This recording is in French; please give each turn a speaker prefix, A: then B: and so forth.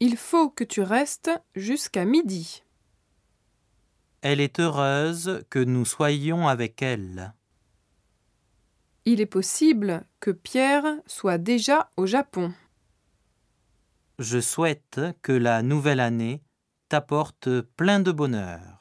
A: Il faut que tu restes jusqu'à midi.
B: Elle est heureuse que nous soyons avec elle.
A: Il est possible que Pierre soit déjà au Japon.
B: Je souhaite que la nouvelle année t'apporte plein de bonheur.